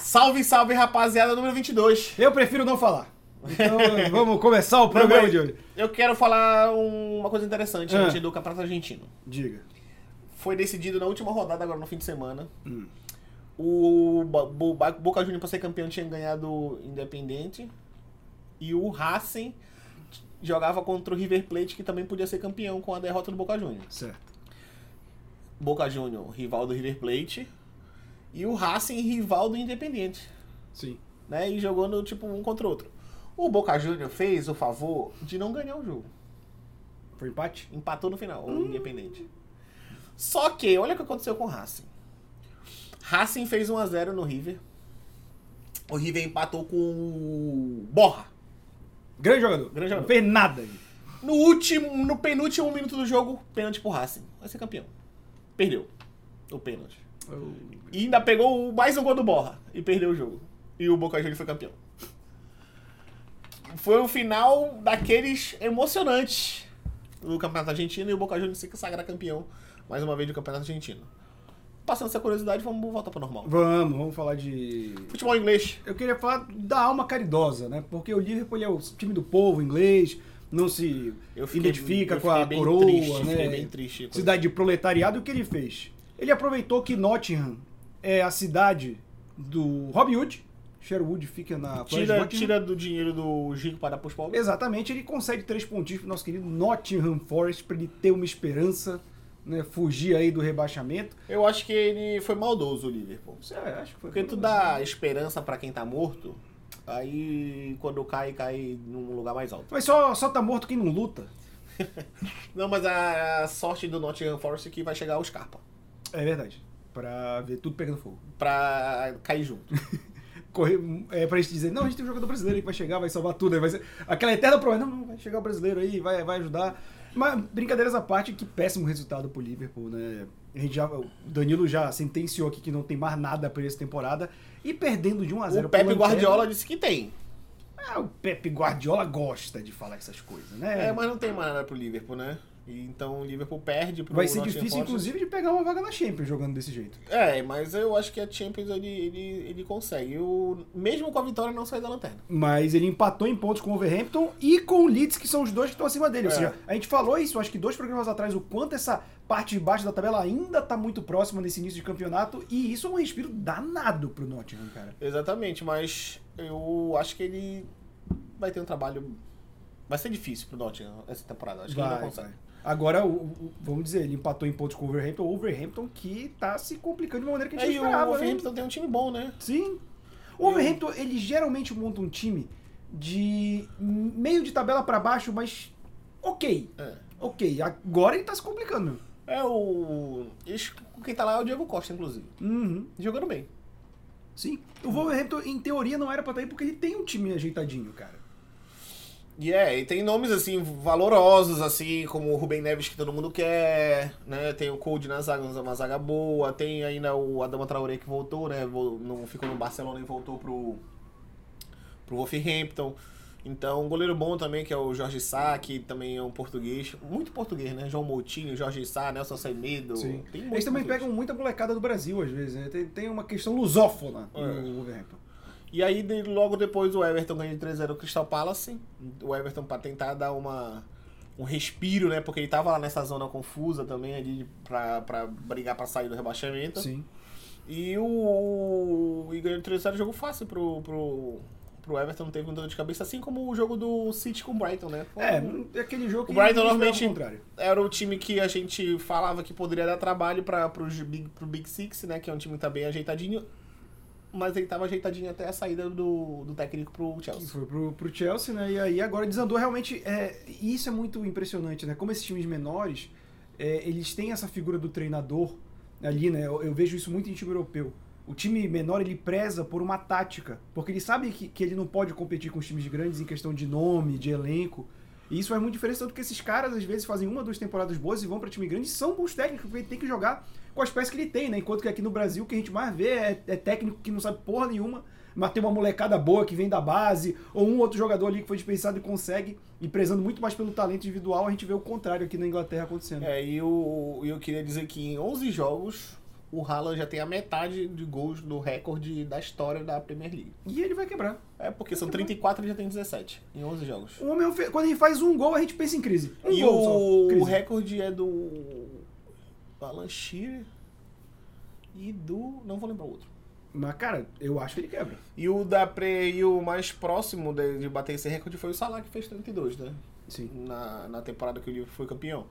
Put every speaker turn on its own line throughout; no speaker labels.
Salve, salve, rapaziada, número 22.
Eu prefiro não falar. Então vamos começar o
Não,
programa
mas
de hoje.
Eu quero falar um- uma coisa interessante
Ah.
antes do Campeonato Argentino.
Diga.
Foi decidido na última rodada, agora no fim de semana. O Ba- Bo- Ba- Boca Juniors, pra ser campeão, tinha ganhado o Independente. E o Racing jogava contra o River Plate, que também podia ser campeão com a derrota do Boca Juniors.
Certo.
Boca Juniors, rival do River Plate. E o Racing, rival do Independente.
Sim.
né? E jogando tipo um contra o outro. O Boca Júnior fez o favor de não ganhar o jogo.
Foi empate?
Empatou no final, o Independente. Só que, olha o que aconteceu com o Racing. Racing fez 1x0 no River. O River empatou com o Borra.
Grande jogador.
Grande jogador.
Não fez nada. ali.
No último, no penúltimo minuto do jogo, pênalti pro Racing. Vai ser campeão. Perdeu. O pênalti. E ainda pegou o- mais um gol do Borra e perdeu o jogo. E o Boca Juniors foi campeão. Foi o final daqueles emocionantes do Campeonato Argentino e o Boca Juniors se sagra campeão mais uma vez do Campeonato Argentino. Passando essa curiosidade, vamos voltar pro normal.
Vamos, vamos falar de.
Futebol inglês.
Eu queria falar da alma caridosa, né? Porque o Liverpool ele é o time do povo inglês, não se
Eu fiquei-
identifica
eu
com a
fiquei bem
coroa,
triste,
né?
fiquei bem triste.
Cidade de proletariado, e o que ele fez? Ele aproveitou que Nottingham é a cidade do Robin Hood, Sherwood fica na Floresta de
Tira,
Nottingham.
tira do dinheiro do rico para pros pobres.
Exatamente, ele concede três pontinhos pro nosso querido Nottingham Forest pra ele ter uma esperança, né? Fugir aí do rebaixamento.
Eu acho que ele foi maldoso, o Liverpool.
Isso é, acho que foi.
Porque tu dá esperança pra quem tá morto, aí quando cai, cai num lugar mais alto.
Mas só, só tá morto quem não luta.
Não, mas a sorte do Nottingham Forest é que vai chegar o Scarpa.
É verdade. Pra ver tudo pegando fogo.
Pra cair junto.
correr é, pra gente dizer, não, a gente tem um jogador brasileiro aí que vai chegar, vai salvar tudo, aí vai ser aquela eterna promessa, não, não, vai chegar o brasileiro aí, vai, vai ajudar. Mas, brincadeiras à parte, que péssimo resultado pro Liverpool, né? A gente já, o Danilo já sentenciou aqui que não tem mais nada pra essa temporada, e perdendo de 1 a 0
o
pro
Pepe
Lanterna-
Guardiola disse que tem.
Ah, o Pepe Guardiola gosta de falar essas coisas, né?
É, mas não tem mais nada pro Liverpool, né? E então o Liverpool perde pro
Vai ser
Nottingham
difícil,
Forest.
inclusive, de pegar uma vaga na Champions jogando desse jeito.
É, mas eu acho que a Champions ele, ele, ele consegue. O, mesmo com a vitória, não sai da lanterna.
Mas ele empatou em pontos com o Overhampton e com o Leeds, que são os dois que estão acima dele. Ou
É.
seja, a gente falou isso, acho que dois programas atrás, o quanto essa parte de baixo da tabela ainda tá muito próxima nesse início de campeonato. E isso é um respiro danado pro Nottingham, cara.
Exatamente, mas eu acho que ele vai ter um trabalho. Vai ser difícil pro Nottingham essa temporada. Acho que ele não consegue.
vai. Agora, o- o- vamos dizer, ele empatou em pontos com o Overhampton. O Overhampton que tá se complicando de uma maneira que a gente
Aí
não
o
esperava. né?
Wolverhampton tem um time bom, né?
Sim. O Overhampton, ele geralmente monta um time de meio de tabela pra baixo, mas ok.
É.
Ok, agora ele tá se complicando, meu.
É o. eles- Quem tá lá é o Diego Costa, inclusive.
Uhum.
Jogando bem.
Sim. O Wolverhampton, em teoria, não era pra estar aí porque ele tem um time ajeitadinho, cara.
E é, e tem nomes assim, valorosos, assim, como o Rubem Neves, que todo mundo quer, né? Tem o Cold na zaga, uma zaga boa. Tem ainda o Adama Traoré que voltou, né? Vol- Não ficou no Barcelona e voltou pro. pro Wolverhampton. Então, um goleiro bom também, que é o Jorge Sá, que também é um português. Muito português, né? João Moutinho, Jorge Sá, Nelson Semedo. Tem muito
Eles também
português.
pegam muita molecada do Brasil, às vezes, né? Tem, tem uma questão lusófona
É.
no Wolverhampton.
E aí, de- logo depois, o Everton ganha de 3-0 o Crystal Palace. O Everton pra tentar dar uma, um respiro, né? Porque ele tava lá nessa zona confusa também, ali, pra, pra brigar pra sair do rebaixamento.
Sim.
E o. E ganhou de 3-0 jogo fácil pro, pro, pro Everton, não teve um dor de cabeça, assim como o jogo do City com o Brighton, né? Foi
É,
um-
é aquele jogo que
O Brighton
ninguém esperava
normalmente-
o contrário.
era o time que a gente falava que poderia dar trabalho para pro Big, pro Big Six, né? Que é um time que tá bem ajeitadinho. Mas ele tava ajeitadinho até a saída do, do técnico pro
Que
Chelsea.
foi pro, pro Chelsea, né? E aí agora desandou realmente. É, e isso é muito impressionante, né? Como esses times menores, é, eles têm essa figura do treinador ali, né? Eu, eu vejo isso muito em time europeu. O time menor, ele preza por uma tática. Porque ele sabe que, que ele não pode competir com os times grandes em questão de nome, de elenco. E isso faz muito diferença, tanto que esses caras, às vezes, fazem uma, duas temporadas boas e vão pra time grande e são bons técnicos, porque ele tem que jogar com as peças que ele tem, né? Enquanto que aqui no Brasil, o que a gente mais vê é, é técnico que não sabe porra nenhuma, mas tem uma molecada boa que vem da base, ou um outro jogador ali que foi dispensado e consegue, e prezando muito mais pelo talento individual, a gente vê o contrário aqui na Inglaterra acontecendo.
É, e eu, eu queria dizer que em 11 jogos, o Haaland já tem a metade de gols do recorde da história da Premier League.
E ele vai quebrar.
É porque são 34 e ele já tem 17 em 11 jogos.
O homem, é um fe- quando ele faz um gol, a gente pensa em crise. Um
e
gol
o,
só.
o
Crise.
recorde é do Alan Shearer e do... não vou lembrar o outro.
Mas, cara, eu acho que ele quebra.
E o, da pre, e o mais próximo de, de bater esse recorde foi o Salah, que fez 32, né?
Sim.
Na, na temporada que o Liverpool foi campeão.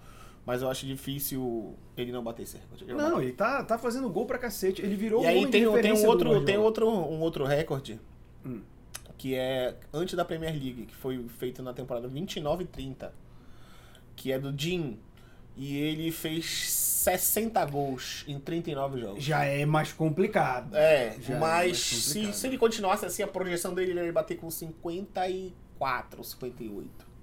Mas eu acho difícil ele não bater esse recorde. Eu
Não, ele tá, tá fazendo gol pra cacete. Ele virou
E
o
aí
homem
tem,
de
tem, um,
referência do
outro,
Guardiola.
tem outro, um outro recorde,
Hum.
que é antes da Premier League, que foi feito na temporada 29 e 30, que é do Jim. E ele fez 60 gols em 39 jogos.
Já é mais complicado.
É,
Já
mas
é mais
se,
complicado.
se ele continuasse assim, a projeção dele ele ia bater com 54 ou 58.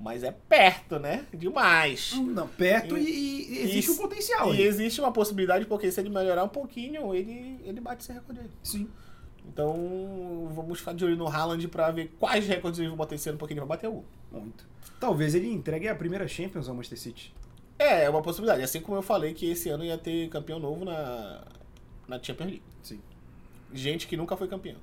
Mas é perto, né? Demais.
Não, perto e, e existe
e-
um potencial.
E
aí.
existe uma possibilidade, porque se ele melhorar um pouquinho, ele, ele bate esse recorde aí.
Sim.
Então, vamos ficar de olho no Haaland pra ver quais recordes ele vai bater esse ano, porque ele vai bater um.
Muito. Talvez ele entregue a primeira Champions ao Manchester City.
É, é uma possibilidade. Assim como eu falei que esse ano ia ter campeão novo na, na Champions League.
Sim.
Gente que nunca foi campeão.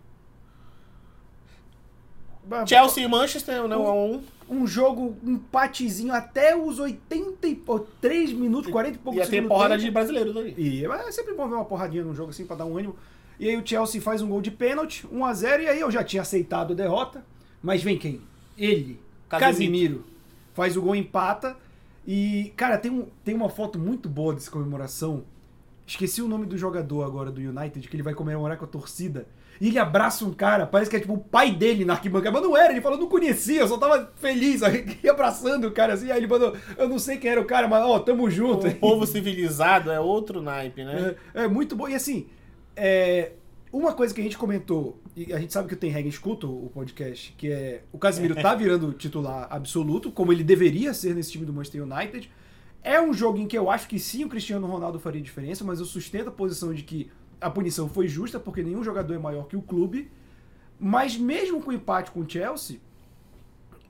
Ba-
Chelsea e Manchester, não é um.
Tá Um jogo, um empatezinho até os 83 minutos, 40 e poucos
Ia ter porrada de brasileiros ali.
E é sempre bom ver uma porradinha num jogo assim pra dar um ânimo. E aí o Chelsea faz um gol de pênalti, 1x0, e aí eu já tinha aceitado a derrota. Mas vem quem? Ele,
Casemiro.
Casimiro. Faz o gol, empata. E, cara, tem, um, tem uma foto muito boa dessa comemoração. Esqueci o nome do jogador agora do United, que ele vai comemorar com a torcida. E ele abraça um cara, parece que é tipo o pai dele na arquibancada. Mas não era, ele falou, não conhecia, eu só tava feliz aí, abraçando o cara assim. Aí ele mandou, eu não sei quem era o cara, mas ó, tamo junto.
O um povo civilizado é outro naipe, né?
É, é muito bom. E assim, é, uma coisa que a gente comentou, e a gente sabe que o Ten Hag escuta o o podcast, que é o Casemiro tá virando titular absoluto, como ele deveria ser nesse time do Manchester United. É um jogo em que eu acho que sim, o Cristiano Ronaldo faria diferença, mas eu sustento a posição de que a punição foi justa, porque nenhum jogador é maior que o clube. Mas mesmo com o empate com o Chelsea,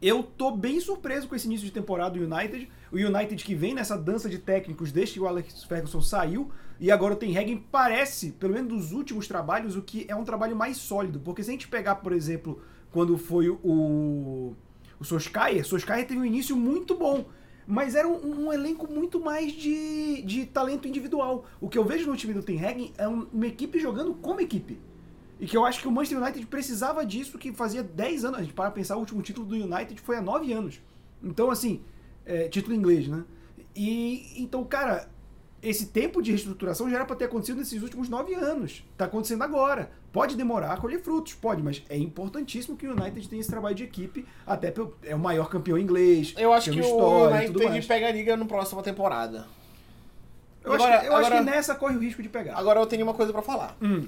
eu tô bem surpreso com esse início de temporada do United. O United que vem nessa dança de técnicos desde que o Alex Ferguson saiu. E agora o Ten Hag parece, pelo menos dos últimos trabalhos, o que é um trabalho mais sólido. Porque se a gente pegar, por exemplo, quando foi o, o Soskaier, Soskaier teve um início muito bom. Mas era um, um elenco muito mais de, de talento individual. O que eu vejo no time do Ten Hag é um- uma equipe jogando como equipe. E que eu acho que o Manchester United precisava disso, que fazia 10 anos. A gente para pensar, o último título do United foi há 9 anos. Então, assim, é, título em inglês, né? E então, cara, esse tempo de reestruturação já era pra ter acontecido nesses últimos 9 anos. Tá acontecendo agora. Pode demorar a colher frutos, pode, mas é importantíssimo que o United tenha esse trabalho de equipe, até pelo, é o maior campeão inglês.
Eu acho
tem
que
uma
o
e tudo
United
mais.
pega a liga na próxima temporada.
Eu,
Agora-
acho, que, eu acho
agora-
que nessa corre o risco de pegar.
Agora eu tenho uma coisa pra falar.
Hum.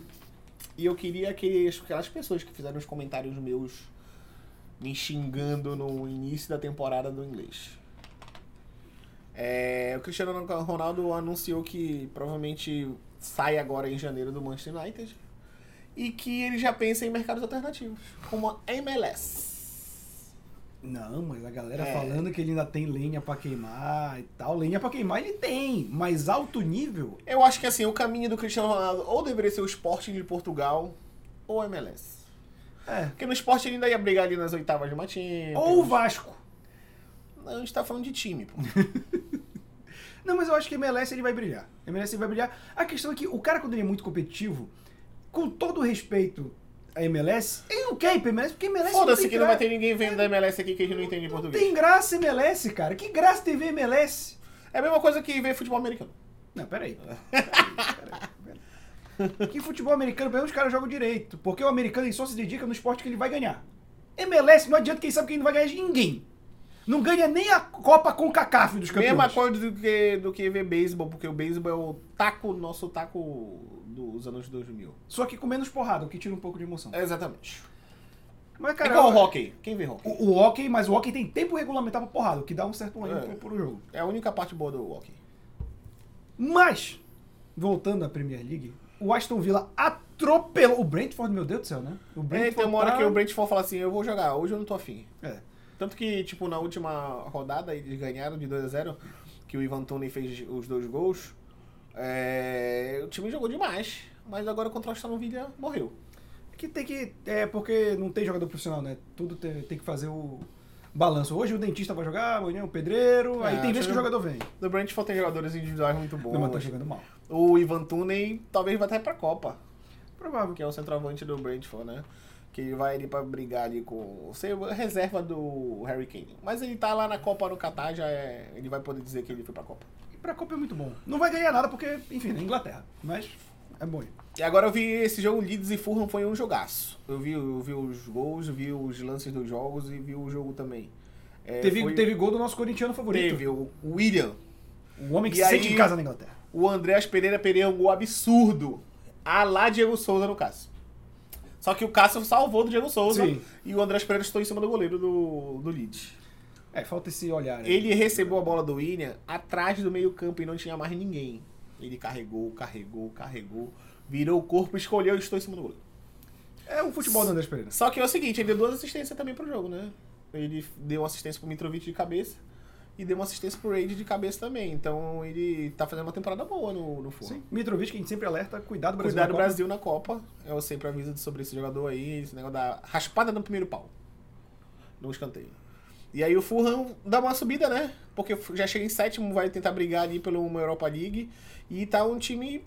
E eu queria que aquelas pessoas que fizeram os comentários meus me xingando no início da temporada do inglês. É, o Cristiano Ronaldo anunciou que provavelmente sai agora em janeiro do Manchester United e que ele já pensa em mercados alternativos, como a MLS.
Não, mas a galera
É.
falando que ele ainda tem lenha pra queimar e tal. Lenha pra queimar ele tem, mas alto nível.
Eu acho que assim, o caminho do Cristiano Ronaldo ou deveria ser o Sporting de Portugal ou a MLS.
É.
Porque no Sporting ele ainda ia brigar ali nas oitavas de uma Champions.
Ou o Vasco.
Não, A gente tá falando de time, pô.
Não, mas eu acho que MLS ele vai brilhar. MLS ele vai brilhar. A questão é que o cara, quando ele é muito competitivo, com todo o respeito à MLS, ele não quer ir pra MLS, porque MLS não
Foda-se
tem
que não
gra-
vai ter ninguém vendo da MLS aqui que a gente não entende em
É. Não
português.
tem graça MLS, cara. Que graça TV MLS?
É a mesma coisa que ver futebol americano.
Não, peraí. Peraí, peraí, peraí. Que futebol americano, pelo menos os caras jogam direito. Porque o americano ele só se dedica no esporte que ele vai ganhar. MLS, não adianta quem sabe quem não vai ganhar de ninguém. Não ganha nem a Copa com Cacaf dos campeões.
Mesma coisa do que, do que ver beisebol, porque o beisebol é o taco, nosso taco dos anos 2000.
Só que com menos porrada, o que tira um pouco de emoção.
É exatamente.
Mas,
É
cara,
igual o
o,
hockey. Quem vê hockey?
o hockey, mas o hockey tem tempo regulamentar pra porrada, o que dá um certo ânimo
É.
pro, pro jogo.
É a única parte boa do hockey.
Mas, voltando à Premier League, o Aston Villa atropelou. O Brentford, meu Deus do céu, né? O
É,
Brentford
tem uma hora
tá-
que o Brent for fala assim, eu vou jogar, hoje eu não tô afim.
É.
Tanto que, tipo, na última rodada eles ganharam de 2 a 0 que o Ivan Tony fez os dois gols. É, o time jogou demais, mas agora contra o Aston Villa morreu.
Que tem que. É porque não tem jogador profissional, né? Tudo tem, tem que fazer o balanço. Hoje o dentista vai jogar, amanhã o pedreiro. aí
É,
tem vezes
acho
que o
que-
jogador vem.
No Brentford tem jogadores individuais muito bons.
Não, mas tá jogando mal.
O Ivan Tunen talvez vá até pra Copa,
Provável.
que é o centroavante do Brentford, né? Que ele vai ali pra brigar ali com. Ser reserva do Harry Kane. Mas ele tá lá na Copa no Catar, já é. Ele vai poder dizer que ele foi pra Copa.
E pra Copa é muito bom. Não vai ganhar nada porque, enfim, é Inglaterra. Mas é bom. ir.
E agora eu vi esse jogo Leeds e Fulham foi um jogaço. Eu vi, eu vi os gols, vi os lances dos jogos e vi o jogo também. É,
teve,
foi-
teve um gol do nosso corintiano favorito.
teve o William.
O homem que
E
se sente
aí-
em casa na Inglaterra.
O Andrés Pereira perdeu um gol absurdo. A lá Diego Souza no caso. Só que o Cássio salvou do Diego Souza
Sim.
e o Andrés Pereira estou em cima do goleiro do, do Leeds.
É, falta esse olhar. né?
Ele recebeu a bola do William atrás do meio-campo e não tinha mais ninguém. Ele carregou, carregou, carregou, virou o corpo, escolheu e estou em cima do goleiro.
É o futebol do Andrés Pereira.
Só que é o seguinte, ele deu duas assistências também pro jogo, né? Ele deu uma assistência pro Mitrovic de cabeça e deu uma assistência pro Raid de cabeça também. Então ele tá fazendo uma temporada boa no, no Fulham.
Sim. Mitrovic, que a gente sempre alerta, cuidado Brasil.
Cuidado
na
do
Copa.
Brasil na Copa. Eu sempre aviso sobre esse jogador aí, esse negócio da raspada no primeiro pau. No escanteio. E aí o Fulham dá uma subida, né? Porque já chega em sétimo, vai tentar brigar ali pela uma Europa League. E tá um time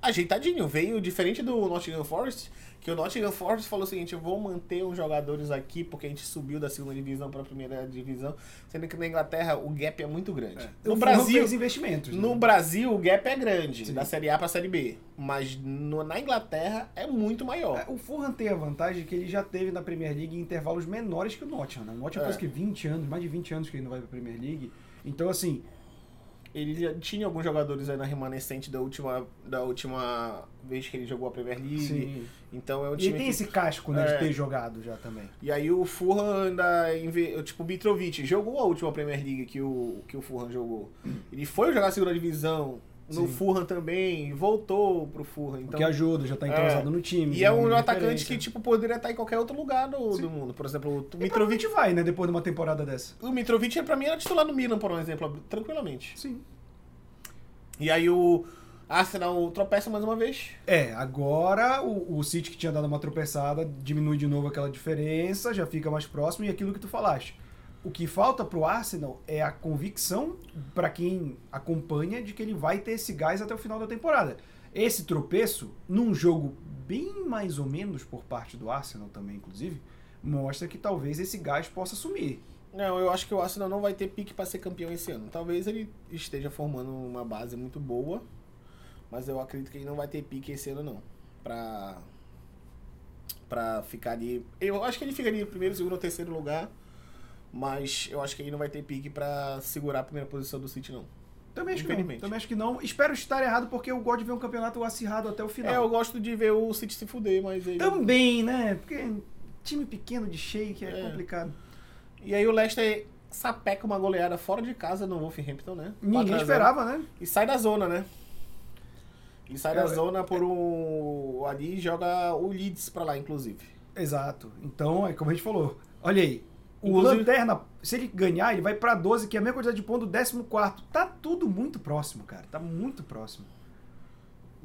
ajeitadinho. Veio diferente do Nottingham Forest, que o Nottingham Forest falou o seguinte, eu vou manter os jogadores aqui, porque a gente subiu da segunda divisão pra primeira divisão. Sendo que na Inglaterra o gap é muito grande. No
O Fulham
Brasil,
fez investimentos. né?
no Brasil, o gap é grande,
Sim.
da Série A pra Série B. Mas no- na Inglaterra é muito maior.
É, O Fulham tem a vantagem que ele já teve na Premier League em intervalos menores que o Nottingham. Né? O Nottingham
É.
faz que 20 anos, mais de 20 anos que ele não vai pra Premier League. Então, assim,
Ele já tinha alguns jogadores aí na remanescente da última, da última vez que ele jogou a Premier League.
sim.
Então é um
E ele
time.
tem
que-
esse casco né,
É.
de ter jogado já também.
E aí o Fulham ainda. inve- Tipo, o Mitrovic jogou a última Premier League que o, que o Fulham jogou. Ele foi jogar a segunda divisão. No
Sim.
Fulham também, voltou pro Fulham. Então,
o que ajuda, já tá entrosado no time.
e é
tem
um
nome de
atacante que,
referência.
tipo, poderia estar em qualquer outro lugar do,
Sim.
do mundo. Por exemplo, o
E
Mitrovic
provavelmente vai, né, depois de uma temporada dessa.
O Mitrovic, é, pra mim, era titular no Milan, por um exemplo, tranquilamente.
Sim.
E aí o Arsenal tropeça mais uma vez.
É, agora o, o City que tinha dado uma tropeçada diminui de novo aquela diferença, já fica mais próximo e aquilo que tu falaste. O que falta pro Arsenal é a convicção pra quem acompanha de que ele vai ter esse gás até o final da temporada. Esse tropeço, num jogo bem mais ou menos por parte do Arsenal também, inclusive, mostra que talvez esse gás possa sumir.
Não, eu acho que o Arsenal não vai ter pique pra ser campeão esse ano. Talvez ele esteja formando uma base muito boa, mas eu acredito que ele não vai ter pique esse ano, não. Pra, pra ficar ali... Eu acho que ele fica ali em primeiro, segundo ou terceiro lugar, mas eu acho que ele não vai ter pique pra segurar a primeira posição do City, não.
Também acho que não.
Infelizmente.
Também acho que não. Espero estar errado porque eu gosto de ver um campeonato acirrado até o final.
É, eu gosto de ver o City se fuder, mas ele...
Também, né? Porque time pequeno de shake é,
É.
complicado.
E aí o Leicester sapeca uma goleada fora de casa no Wolverhampton, né? 4
Ninguém
a 0.
esperava, né?
E sai da zona, né? E sai da
É,
zona por um... Ali e joga o Leeds pra lá, inclusive.
Exato. Então, é como a gente falou. Olha aí. O
Inclusive-
Lanterna, se ele ganhar, ele vai pra 12, que é a mesma quantidade de ponto do 14. Tá tudo muito próximo, cara. Tá muito próximo.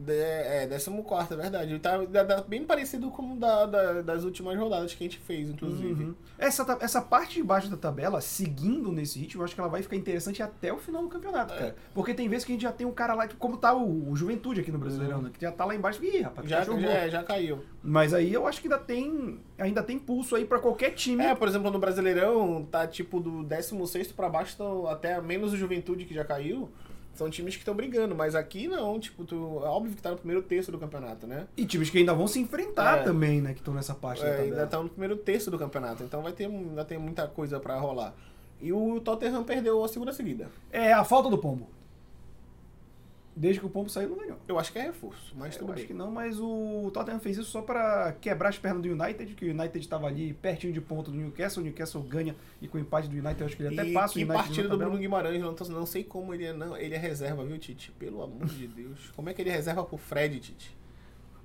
De- É, 14, é verdade. Ele tá, dá- dá bem parecido com o da, da- das últimas rodadas que a gente fez, inclusive.
Uhum. Essa, ta- essa parte de baixo da tabela, seguindo nesse ritmo, eu acho que ela vai ficar interessante até o final do campeonato,
É.
cara. Porque tem vezes que a gente já tem um cara lá, tipo, como tá o, o Juventude aqui no Brasileirão, né? Que já tá lá embaixo. Ih, rapaz,
Uhum. Já, é,
jogou.
já, já caiu.
Mas aí eu acho que ainda tem, ainda tem pulso aí pra qualquer time.
É, por exemplo, no Brasileirão, tá tipo do 16 pra baixo, tão- até menos o Juventude que já caiu. São times que estão brigando, mas aqui não, tipo, tu, é óbvio que tá no primeiro terço do campeonato, né?
E times que ainda vão se enfrentar
É.
também, né? Que estão nessa parte
É,
da tabela.
ainda tá no primeiro terço do campeonato, então vai ter, ainda tem muita coisa pra rolar. E o Tottenham perdeu a segunda seguida.
É a falta do pombo. Desde que o pombo saiu, não ganhou.
Eu acho que é reforço, mas
Eu
tudo
acho
bem.
que não, mas o Tottenham fez isso só pra quebrar as pernas do United, que o United tava ali pertinho de ponto do Newcastle, o Newcastle ganha e com o empate do United eu acho que ele é até
e
passa o
que
United. na
partida do
tabela.
Bruno Guimarães, não, tô- não sei como ele é, não, ele é reserva, viu, Tite? Pelo amor de Deus. Como é que ele reserva pro Fred, Tite?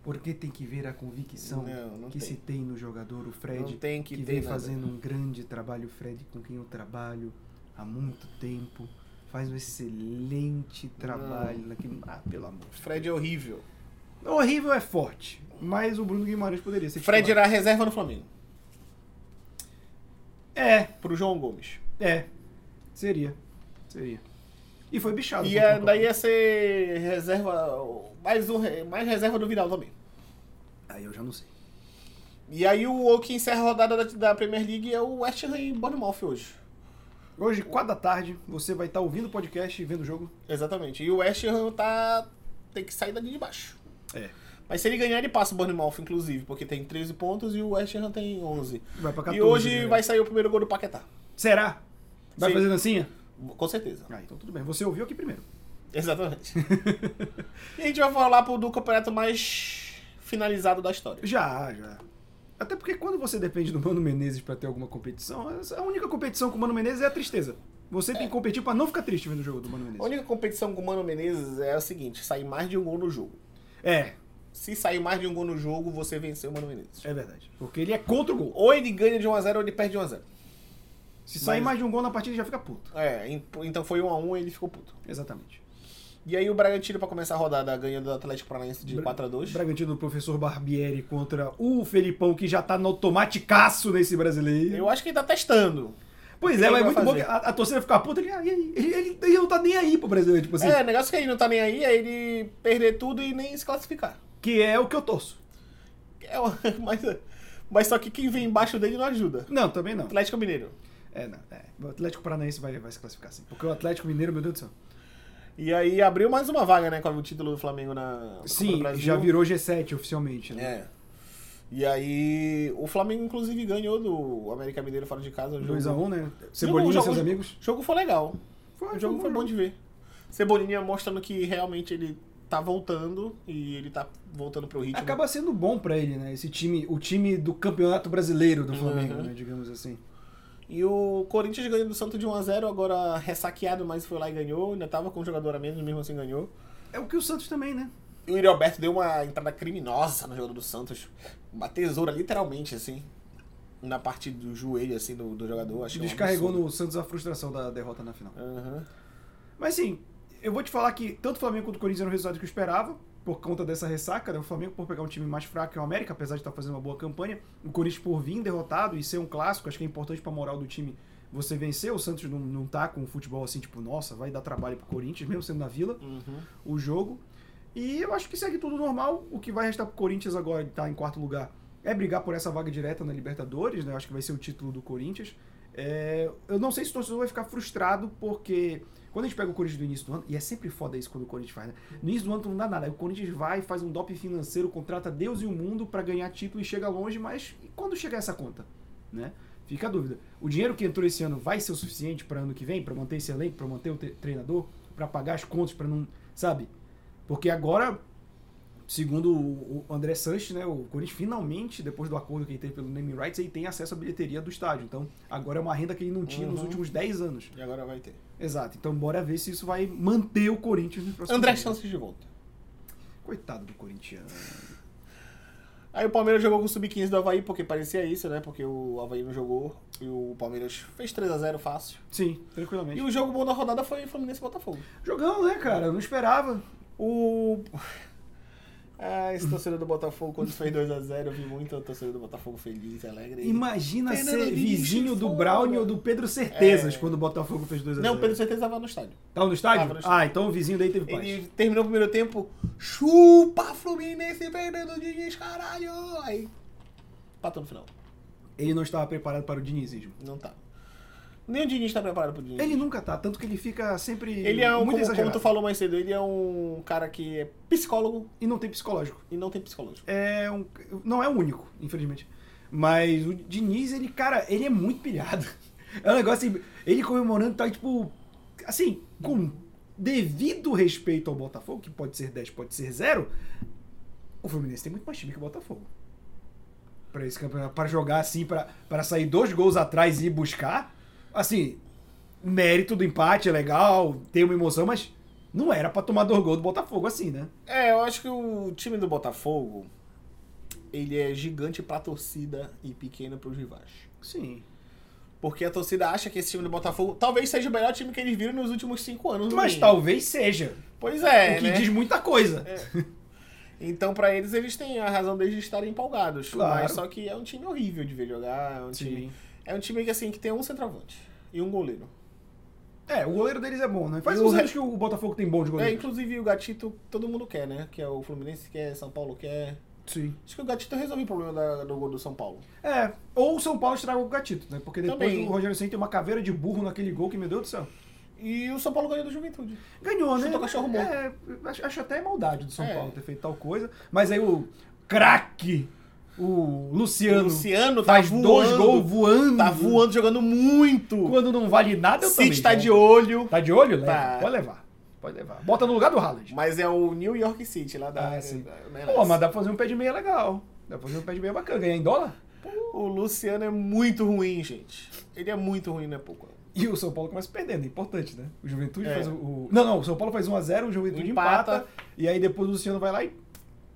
Porque tem que ver a convicção
Não, não
que
tem.
se tem no jogador, o Fred,
não tem que,
que,
ter
vem
nada.
fazendo um grande trabalho, o Fred, com quem eu trabalho há muito tempo. faz um excelente trabalho naquele. Ah, pelo amor.
Fred é horrível.
Horrível é forte, mas o Bruno Guimarães poderia ser.
Fred
titular.
irá reserva no Flamengo.
É,
Pro João Gomes.
é. Seria. Seria. E foi bichado.
E
contra o
é-
Porto.
daí ia ser reserva. Mais, um, re- mais reserva do Vidal também.
Aí eu já não sei.
E aí o o que encerra a rodada da, da Premier League é o West Ham e Bournemouth hoje.
Hoje, 4 da tarde, você vai estar ouvindo o podcast e vendo o jogo.
Exatamente. E o West Ham tá. tem que sair dali de baixo.
É.
Mas se ele ganhar, ele passa o Bournemouth, inclusive, porque tem 13 pontos e o West Ham tem 11.
Vai pra 14.
e hoje
né?
vai sair o primeiro gol do Paquetá.
Será? Vai
Sim.
fazer dancinha?
Com certeza.
Ah, então tudo bem. Você ouviu aqui primeiro.
Exatamente. e a gente vai falar pro, do campeonato mais finalizado da história.
Já, já. Até porque quando você depende do Mano Menezes pra ter alguma competição, a única competição com o Mano Menezes é a tristeza. Você tem que competir pra não ficar triste vendo o jogo do Mano
A
Menezes.
única competição com o Mano Menezes é a seguinte: sair mais de um gol no jogo.
É,
Se sair mais de um gol no jogo, você venceu o Mano Menezes.
é verdade. Porque ele é contra o gol.
Ou ele ganha de 1x0 ou ele perde de 1x0.
Se sair
Mas-
mais de um gol na partida, ele já fica puto.
É, em- então foi 1x1 e ele ficou puto.
Exatamente.
E aí o Bragantino, pra começar a rodada, ganha do Atlético Paranaense de
Bra-
4x2.
Bragantino do professor Barbieri contra o Felipão, que já tá no automaticaço nesse brasileiro.
Eu acho que ele tá testando.
Pois
Quem
é, mas é
vai
muito bom que
fazer?
a, a torcida ficar puta, ele, ah, e aí? ele, ele- ele não tá nem aí pro brasileiro, tipo assim.
É, o negócio que ele não tá nem aí é ele perder tudo e nem se classificar.
Que é o que eu torço.
É, uma- mas, mas só que quem vem embaixo dele não ajuda.
Não, também não.
Atlético Mineiro.
É, não. é. O Atlético Paranaense vai, vai se classificar sim. Porque o Atlético Mineiro, meu Deus do céu.
E aí abriu mais uma vaga, né? Com o título do Flamengo na na Copa do
Sim,
Brasil.
já virou G7 oficialmente, né?
É. E aí o Flamengo, inclusive, ganhou do América Mineiro fora de casa. o jogo-
2x1, né?
Jogo-
Cebolinha e
jogo-
seus amigos.
O jogo foi legal.
Foi,
O jogo foi bom de ver. Cebolinha mostrando que realmente ele tá voltando e ele tá voltando pro ritmo.
Acaba sendo bom pra ele, né? Esse time, o time do campeonato brasileiro do Flamengo,
Uhum.
né? Digamos assim.
E o Corinthians ganhando do Santos de 1x0, agora ressaqueado, mas foi lá e ganhou. Ainda tava com um jogador a menos, mesmo assim ganhou.
É o que o Santos também, né?
E o Yuri Alberto deu uma entrada criminosa no jogador do Santos. Uma tesoura, literalmente, assim. Na parte do joelho, assim, do, do jogador. Achei um
Descarregou
absurdo.
no Santos a frustração da derrota na final.
Aham.
Mas sim, eu vou te falar que tanto o Flamengo quanto o Corinthians eram o resultado que eu esperava, por conta dessa ressaca, né? O Flamengo por pegar um time mais fraco que o América, apesar de estar fazendo uma boa campanha. O Corinthians por vir derrotado e ser um clássico, acho que é importante pra moral do time você vencer. O Santos não, não tá com um futebol assim, tipo, nossa, vai dar trabalho pro Corinthians, mesmo sendo na vila,
Uhum.
o jogo. E eu acho que segue tudo normal. O que vai restar pro Corinthians agora, ele tá em quarto lugar, é brigar por essa vaga direta na Libertadores, né? Eu acho que vai ser o título do Corinthians. É, eu não sei se o torcedor vai ficar frustrado, porque quando a gente pega o Corinthians do início do ano, e é sempre foda isso quando o Corinthians faz, né? No início do ano tu não dá nada. Aí o Corinthians vai, faz um doping financeiro, contrata Deus e o mundo pra ganhar título e chega longe, mas e quando chegar essa conta, né? Fica a dúvida. O dinheiro que entrou esse ano vai ser o suficiente pra ano que vem, pra manter esse elenco, pra manter o tre- treinador, pra pagar as contas, pra não, sabe? Porque agora segundo o o André Sanches, né, o Corinthians finalmente, depois do acordo que ele teve pelo naming rights, ele tem acesso à bilheteria do estádio. Então, agora é uma renda que ele não tinha nos
Uhum.
últimos 10 anos.
E agora vai ter.
Exato. Então, bora ver se isso vai manter o Corinthians no próximo
André
ano.
Santos de volta.
Coitado do corintiano.
Aí o Palmeiras jogou com o Sub-15 do Havaí, porque parecia isso, né? Porque o Havaí não jogou e o Palmeiras fez 3x0 fácil.
Sim,
E
tranquilamente.
o jogo bom da rodada foi Fluminense e Botafogo.
Jogão, né, cara? Eu não esperava.
O. Ah, esse torcedor do Botafogo, quando fez 2x0, eu vi muito o torcedor do Botafogo feliz, alegre.
Imagina
Fernando
ser
Diniz,
vizinho do
foda.
Brownie ou do Pedro Certezas
É.
quando o Botafogo fez 2 a 0
Não, pelo certeza tava no estádio.
Tava no estádio?
Tava no estádio.
ah, então o vizinho daí teve paz.
Ele terminou o primeiro tempo, chupa Fluminense, Fernando Diniz, caralho! Aí. Patou no final.
Ele não estava preparado para o dinizismo.
Não tá. Nem o Diniz tá preparado pro Diniz.
Ele nunca tá, tanto que ele fica sempre
Ele é um,
muito
como, como
exagerado.
tu falou mais cedo, ele é um cara que é psicólogo
E não tem psicológico.
e não tem psicológico.
É um, não é o único, infelizmente. Mas o Diniz, ele, cara, ele é muito pilhado. É um negócio assim, ele comemorando tá tipo assim, com devido respeito ao Botafogo, que pode ser 10, pode ser 0, o Fluminense tem muito mais time que o Botafogo. Pra esse campeonato, para jogar assim, pra para sair dois gols atrás e ir buscar, assim, mérito do empate é legal, tem uma emoção, mas não era pra tomar dois gols do Botafogo assim, né?
É, eu acho que o time do Botafogo, ele é gigante pra torcida e pequeno pros rivais.
Sim.
Porque a torcida acha que esse time do Botafogo talvez seja o melhor time que eles viram nos últimos cinco anos. no
Mas
mínimo.
talvez seja.
Pois é,
o que
né?
diz muita coisa.
Então, pra eles, eles têm a razão deles estarem empolgados.
Claro.
Mas só que é um time horrível de ver jogar. É um, time,
Sim.
é um time que, assim, que tem um centroavante e um goleiro.
É, o goleiro deles é bom, né? Faz
E o
uns
re-
anos que o Botafogo tem bom de
É,
goleiro.
inclusive, o Gatito, todo mundo quer, né? Que é o Fluminense quer, São Paulo quer.
Sim.
Acho que o Gatito resolveu o problema da- do gol do São Paulo.
É, ou o São Paulo estragou o gatito, né? Porque depois
Também.
o Rogério Senna tem uma caveira de burro naquele gol que, meu Deus do céu.
E o São Paulo ganhou do Juventude.
Ganhou, né?
Chutou cachorro morto.
É, acho, acho até maldade do São
É.
Paulo ter feito tal coisa. Mas aí o craque, o Luciano,
Luciano tá
faz
voando.
dois gols voando.
Tá voando, jogando muito.
Quando não vale nada, eu também
City tá
jogo.
de olho.
Tá de olho? Leva.
Tá.
Pode levar. Pode levar. Bota no lugar do Haaland.
Mas é o New York City lá da.
Ah, sim.
né,
Pô, mas dá pra fazer um pé de meia legal. Dá pra fazer um pé de meia bacana. Ganhar em dólar?
O Luciano é muito ruim, gente. Ele é muito ruim, né, pouco.
E o São Paulo começa perdendo, é importante, né? O Juventude
É.
faz o, o- Não, não, o São Paulo faz 1x0, o Juventude empata,
Empata.
E aí depois o Luciano vai lá e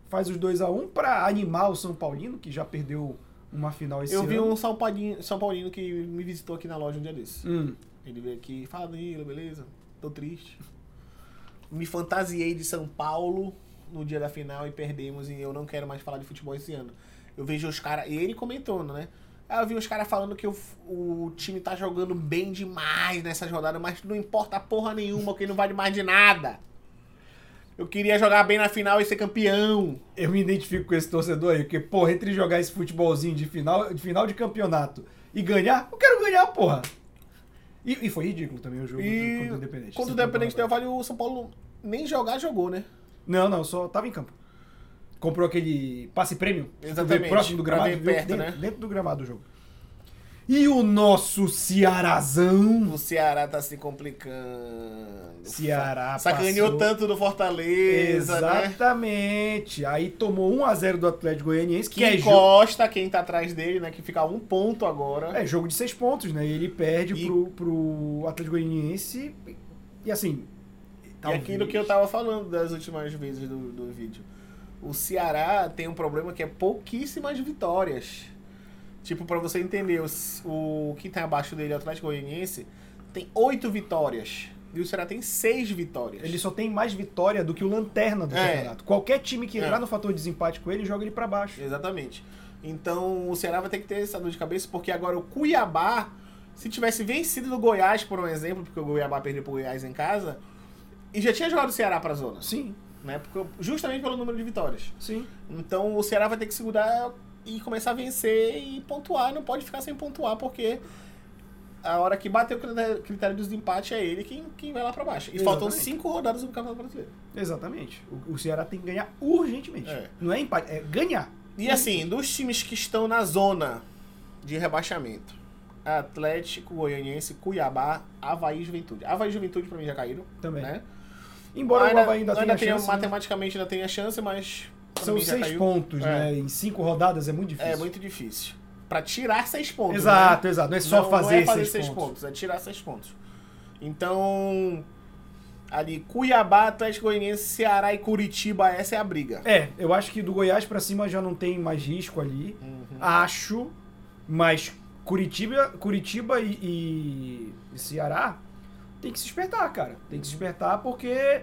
faz os 2x1 pra animar o São Paulino, que já perdeu uma final esse
Eu
ano.
vi um São Paulino, São Paulino que me visitou aqui na loja um dia desse.
Hum.
Ele veio aqui, fala Danilo, beleza? Tô triste. Me fantasiei de São Paulo no dia da final e perdemos e eu não quero mais falar de futebol esse ano. Eu vejo os caras, e ele comentando, né? Aí eu vi os caras falando que o, f- o time tá jogando bem demais nessa rodada, mas não importa porra nenhuma, porque não vale mais de nada. Eu queria jogar bem na final e ser campeão.
Eu me identifico com esse torcedor aí, porque, porra, entre jogar esse futebolzinho de final de, final de campeonato e ganhar, eu quero ganhar, porra. E, e foi ridículo também o jogo do-
E
contra o Independente.
quando o
Sem
Independente
bola.
Del Vale, o São Paulo nem jogar jogou, né?
Não, não, só tava em campo. Comprou aquele passe prêmio. Tipo,
Exatamente,
Próximo do
pra
gramado.
ver
viu?
perto,
dentro,
né?
dentro do gramado do jogo. E o nosso Cearazão.
O Ceará tá se complicando.
Ceará
Sa- Sacaneou
Ah, passou-
tanto do Fortaleza, né?
Exatamente. Aí tomou 1x0 do Atlético Goianiense, que
Que
é, jogo,
encosta quem tá atrás dele, né? Que fica a um ponto agora.
é jogo de seis pontos, né? E ele perde
E-
pro, pro Atlético Goianiense. E, e assim.
E aquilo que eu tava falando das últimas vezes do, do vídeo. O Ceará tem um problema que é pouquíssimas vitórias. Tipo, pra você entender, o, s- o que tá abaixo dele, o Atlético Goianiense, tem oito vitórias. E o Ceará tem seis vitórias.
Ele só tem mais vitória do que o Lanterna do
É.
campeonato. Qualquer time que
É.
entrar no fator desempate com ele, joga ele pra baixo.
Exatamente. Então o Ceará vai ter que ter essa dor de cabeça, porque agora o Cuiabá, se tivesse vencido do Goiás, por um exemplo, porque o Cuiabá perdeu pro Goiás em casa, e já tinha jogado o Ceará pra zona,
Sim,
né? Porque, justamente pelo número de vitórias.
sim.
Então o Ceará vai ter que segurar e começar a vencer e pontuar, não pode ficar sem pontuar, porque a hora que bater o critério- critério dos empates é ele quem, quem vai lá pra baixo. E faltam
Exatamente.
cinco rodadas no Campeonato Brasileiro.
Exatamente. O, o Ceará tem que ganhar urgentemente.
É.
Não é empate, é ganhar.
E assim, dos times que estão na zona de rebaixamento, Atlético, Goianiense, Cuiabá, Havaí e Juventude. Havaí e Juventude pra mim já caíram,
Também.
né?
Embora
ainda,
o Havaí ainda, tenha
tem-
chance, né?
matematicamente ainda tenha chance, mas pra
são
mim já
seis
caiu.
pontos,
É.
né? Em cinco rodadas é muito difícil.
É muito difícil. Pra tirar seis pontos.
Exato, exato. Não
né?
é só
Não-
fazer,
não é fazer
seis, pontos.
é tirar seis pontos. Então, ali, Cuiabá, Atlético Goianiense, Ceará e Curitiba, essa é a briga.
É, eu acho que do Goiás pra cima já não tem mais risco ali.
Ah,
Acho, mas Curitiba, Curitiba e, e- e Ceará tem que se despertar, cara. Tem que se despertar porque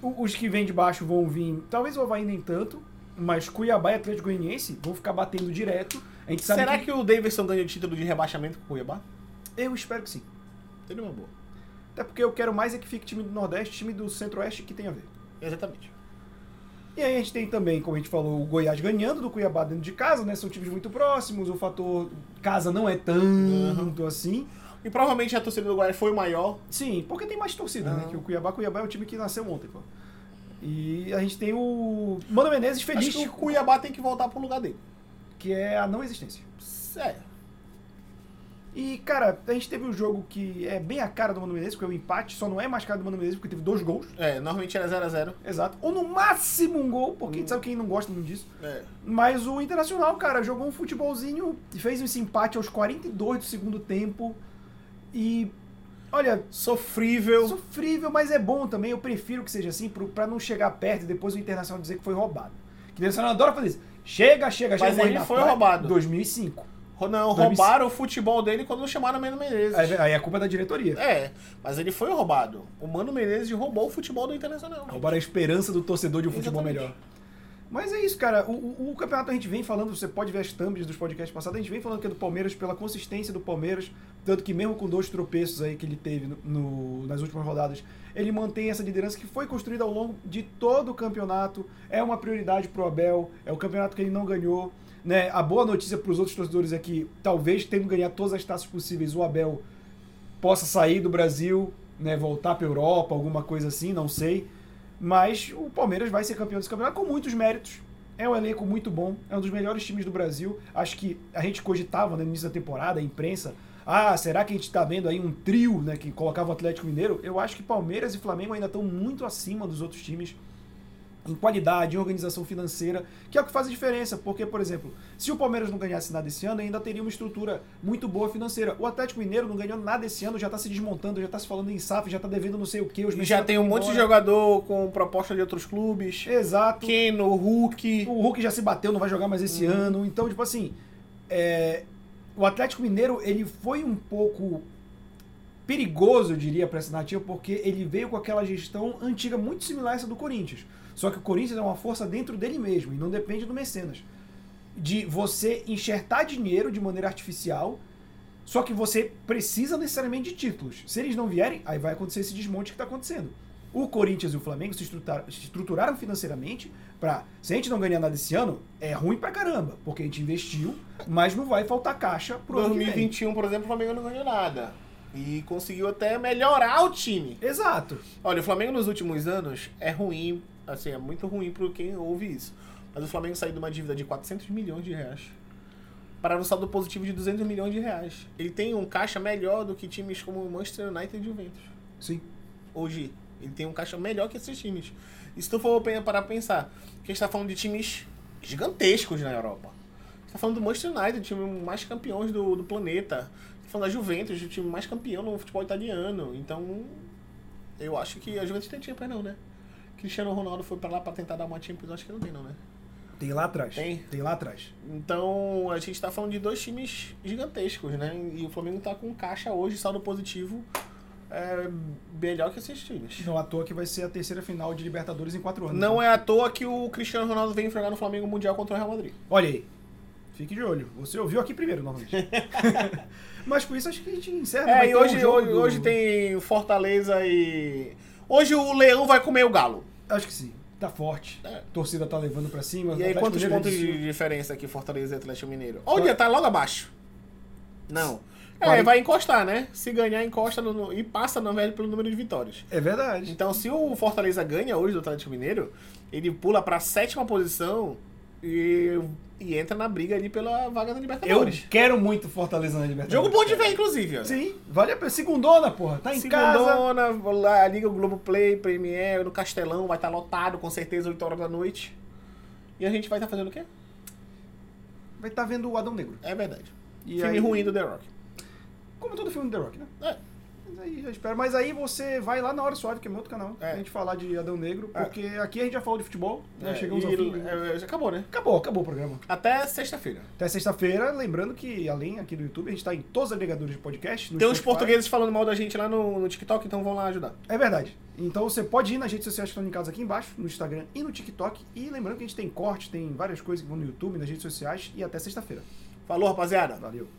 o- os que vêm de baixo vão vir. Talvez o Havaí nem tanto, mas Cuiabá e Atlético Goianiense vão ficar batendo direto. A gente sabe
Será
que...
que... o Davidson ganha o título de rebaixamento com o Cuiabá?
Eu espero que sim.
Seria uma boa.
Até porque eu quero mais é que fique time do Nordeste, time do Centro-Oeste que tem a ver.
Exatamente.
E aí a gente tem também, como a gente falou, o Goiás ganhando do Cuiabá dentro de casa, né? São times muito próximos, o fator casa não é tanto assim.
E provavelmente a torcida do Goiás foi o maior.
Sim, porque tem mais torcida, né?
Uhum.
Que o Cuiabá, Cuiabá é um time que nasceu ontem, pô. E a gente tem o Mano Menezes feliz,
Acho que o Cuiabá tem que voltar pro lugar dele.
que é a não existência.
É.
E, cara, a gente teve um jogo que é bem a cara do Mano Menezes, porque o empate só não é mais cara do Mano Menezes, porque teve dois gols.
É, normalmente era 0x0.
Exato. Ou no máximo um gol, porque a gente sabe quem não gosta muito disso.
É.
Mas o Internacional, cara, jogou um futebolzinho, fez esse empate aos 42 do segundo tempo. E, olha,
Sofrível.
sofrível, mas é bom também. Eu prefiro que seja assim, pro- pra não chegar perto e depois o Internacional dizer que foi roubado. Que o Internacional adora fazer isso. Chega, chega, chega.
Mas ele
na
foi
praia.
roubado.
2005.
Não, roubaram o futebol dele quando chamaram o Mano Menezes.
Aí, aí é culpa da diretoria.
É, mas ele foi roubado. O Mano Menezes roubou o futebol do Internacional.
Roubaram a esperança do torcedor de um futebol
Exatamente.
melhor. Mas é isso, cara. O, o- o campeonato a gente vem falando, você pode ver as thumbs dos podcasts passados, a gente vem falando que é do Palmeiras pela consistência do Palmeiras, tanto que mesmo com dois tropeços aí que ele teve no- no- nas últimas rodadas, ele mantém essa liderança que foi construída ao longo de todo o campeonato. É uma prioridade pro Abel, é o campeonato que ele não ganhou. Né? A boa notícia pros outros torcedores é que, talvez tendo ganhado todas as taças possíveis, o Abel possa sair do Brasil, né, voltar para Europa, alguma coisa assim, não sei. Mas o Palmeiras vai ser campeão desse campeonato com muitos méritos. É um elenco muito bom, é um dos melhores times do Brasil. Acho que a gente cogitava né, no início da temporada, a imprensa, ah, será que a gente tá vendo aí um trio, né, que colocava o Atlético Mineiro? Eu acho que Palmeiras e Flamengo ainda estão muito acima dos outros times em qualidade, em organização financeira, que é o que faz a diferença, porque, por exemplo, se o Palmeiras não ganhasse nada esse ano, ainda teria uma estrutura muito boa financeira. O Atlético Mineiro não ganhou nada esse ano, já tá se desmontando, já tá se falando em SAF, já tá devendo não sei o quê. os
E já
mexicanos
tem um
estão
monte de
embora. É.
jogador com proposta de outros clubes.
Exato.
Keno, Hulk.
O Hulk já se bateu, não vai jogar mais esse ano. Então, tipo assim, é, o Atlético Mineiro, ele foi um pouco perigoso, eu diria, para essa narrativa, porque ele veio com aquela gestão antiga muito similar a essa do Corinthians. Só que o Corinthians é uma força dentro dele mesmo e não depende do mecenas. De você enxertar dinheiro de maneira artificial, só que você precisa necessariamente de títulos. Se eles não vierem, aí vai acontecer esse desmonte que está acontecendo. O Corinthians e o Flamengo se estruturaram, se estruturaram financeiramente para, se a gente não ganhar nada esse ano, é ruim pra caramba, porque a gente investiu, mas não vai faltar caixa pro ano que vem.
2021, por exemplo, o Flamengo não ganhou nada. E conseguiu até melhorar o time.
Exato.
Olha, o Flamengo nos últimos anos é ruim, assim, é muito ruim para quem ouve isso. Mas o Flamengo saiu de uma dívida de 400 milhões de reais para um saldo positivo de 200 milhões de reais. Ele tem um caixa melhor do que times como Manchester United e Juventus.
Sim.
Hoje, ele tem um caixa melhor que esses times. E se tu for pe- parar pra pensar, que a gente tá falando de times gigantescos na Europa. A gente tá falando do Manchester United, o time mais campeões do, do planeta. Tá falando da Juventus, o time mais campeão no futebol italiano. Então, eu acho que a Juventus tem Champions não, né? Cristiano Ronaldo foi pra lá pra tentar dar uma Champions, acho que não tem não, né?
Tem lá atrás.
Tem?
lá atrás.
Então, a gente tá falando de dois times gigantescos, né? E o Flamengo tá com caixa hoje, saldo positivo, é, melhor que esses times.
Não à toa que vai ser a terceira final de Libertadores em quatro anos.
Não
né?
é à toa que o Cristiano Ronaldo vem enfrentar no Flamengo Mundial contra o Real Madrid.
Olha aí. Fique de olho. Você ouviu aqui primeiro, novamente. Mas com isso acho que a gente encerra.
É,
Vai
e
ter um
hoje,
jogo
hoje,
do-
hoje tem Fortaleza e. Hoje o Leão vai comer o Galo.
Acho que sim. Tá forte.
É.
A torcida tá levando pra cima.
E
O
aí,
Atlético
quantos
Mineiro é
pontos
venceu.
de diferença aqui Fortaleza e Atlético Mineiro? Olha, tá logo abaixo. Não. É,
Quarenta-
vai encostar, né? Se ganhar, encosta no- no- e passa, na verdade, pelo número de vitórias.
É verdade.
Então, se o Fortaleza ganha hoje do Atlético Mineiro, ele pula pra sétima posição e, e entra na briga ali pela vaga da
Eu
Libertadores.
quero muito Fortaleza na Libertadores.
Jogo bom de ver, inclusive. ó.
Sim, vale a pena. Segundona, porra. Tá em casa.
Segundona, vou lá, liga o Globo Play, Premiere, no Castelão, vai estar lotado, com certeza, 8 horas da noite. E a gente vai estar fazendo o quê?
Vai estar tá vendo o Adão Negro.
É verdade.
E
Filme
aí-
ruim do The Rock.
Como todo filme do The Rock, né?
É.
Mas aí, eu espero. Mas aí você vai lá na Hora Suave, que é meu outro canal,
É.
pra gente falar de Adão Negro,
É.
porque aqui a gente já falou de futebol, né?
É,
Chegamos
e-
ao fim.
é, já acabou, né?
Acabou, acabou o programa.
Até sexta-feira.
Até sexta-feira, lembrando que além aqui do YouTube, a gente tá em todos os agregadores de podcast. no
Tem uns
Spotify.
portugueses falando mal da gente lá no, no TikTok, então vão lá ajudar.
É verdade. Então você pode ir nas redes sociais que estão em casa aqui embaixo, no Instagram e no TikTok. E lembrando que a gente tem corte, tem várias coisas que vão no YouTube, nas redes sociais. E até sexta-feira.
Falou, rapaziada.
Valeu.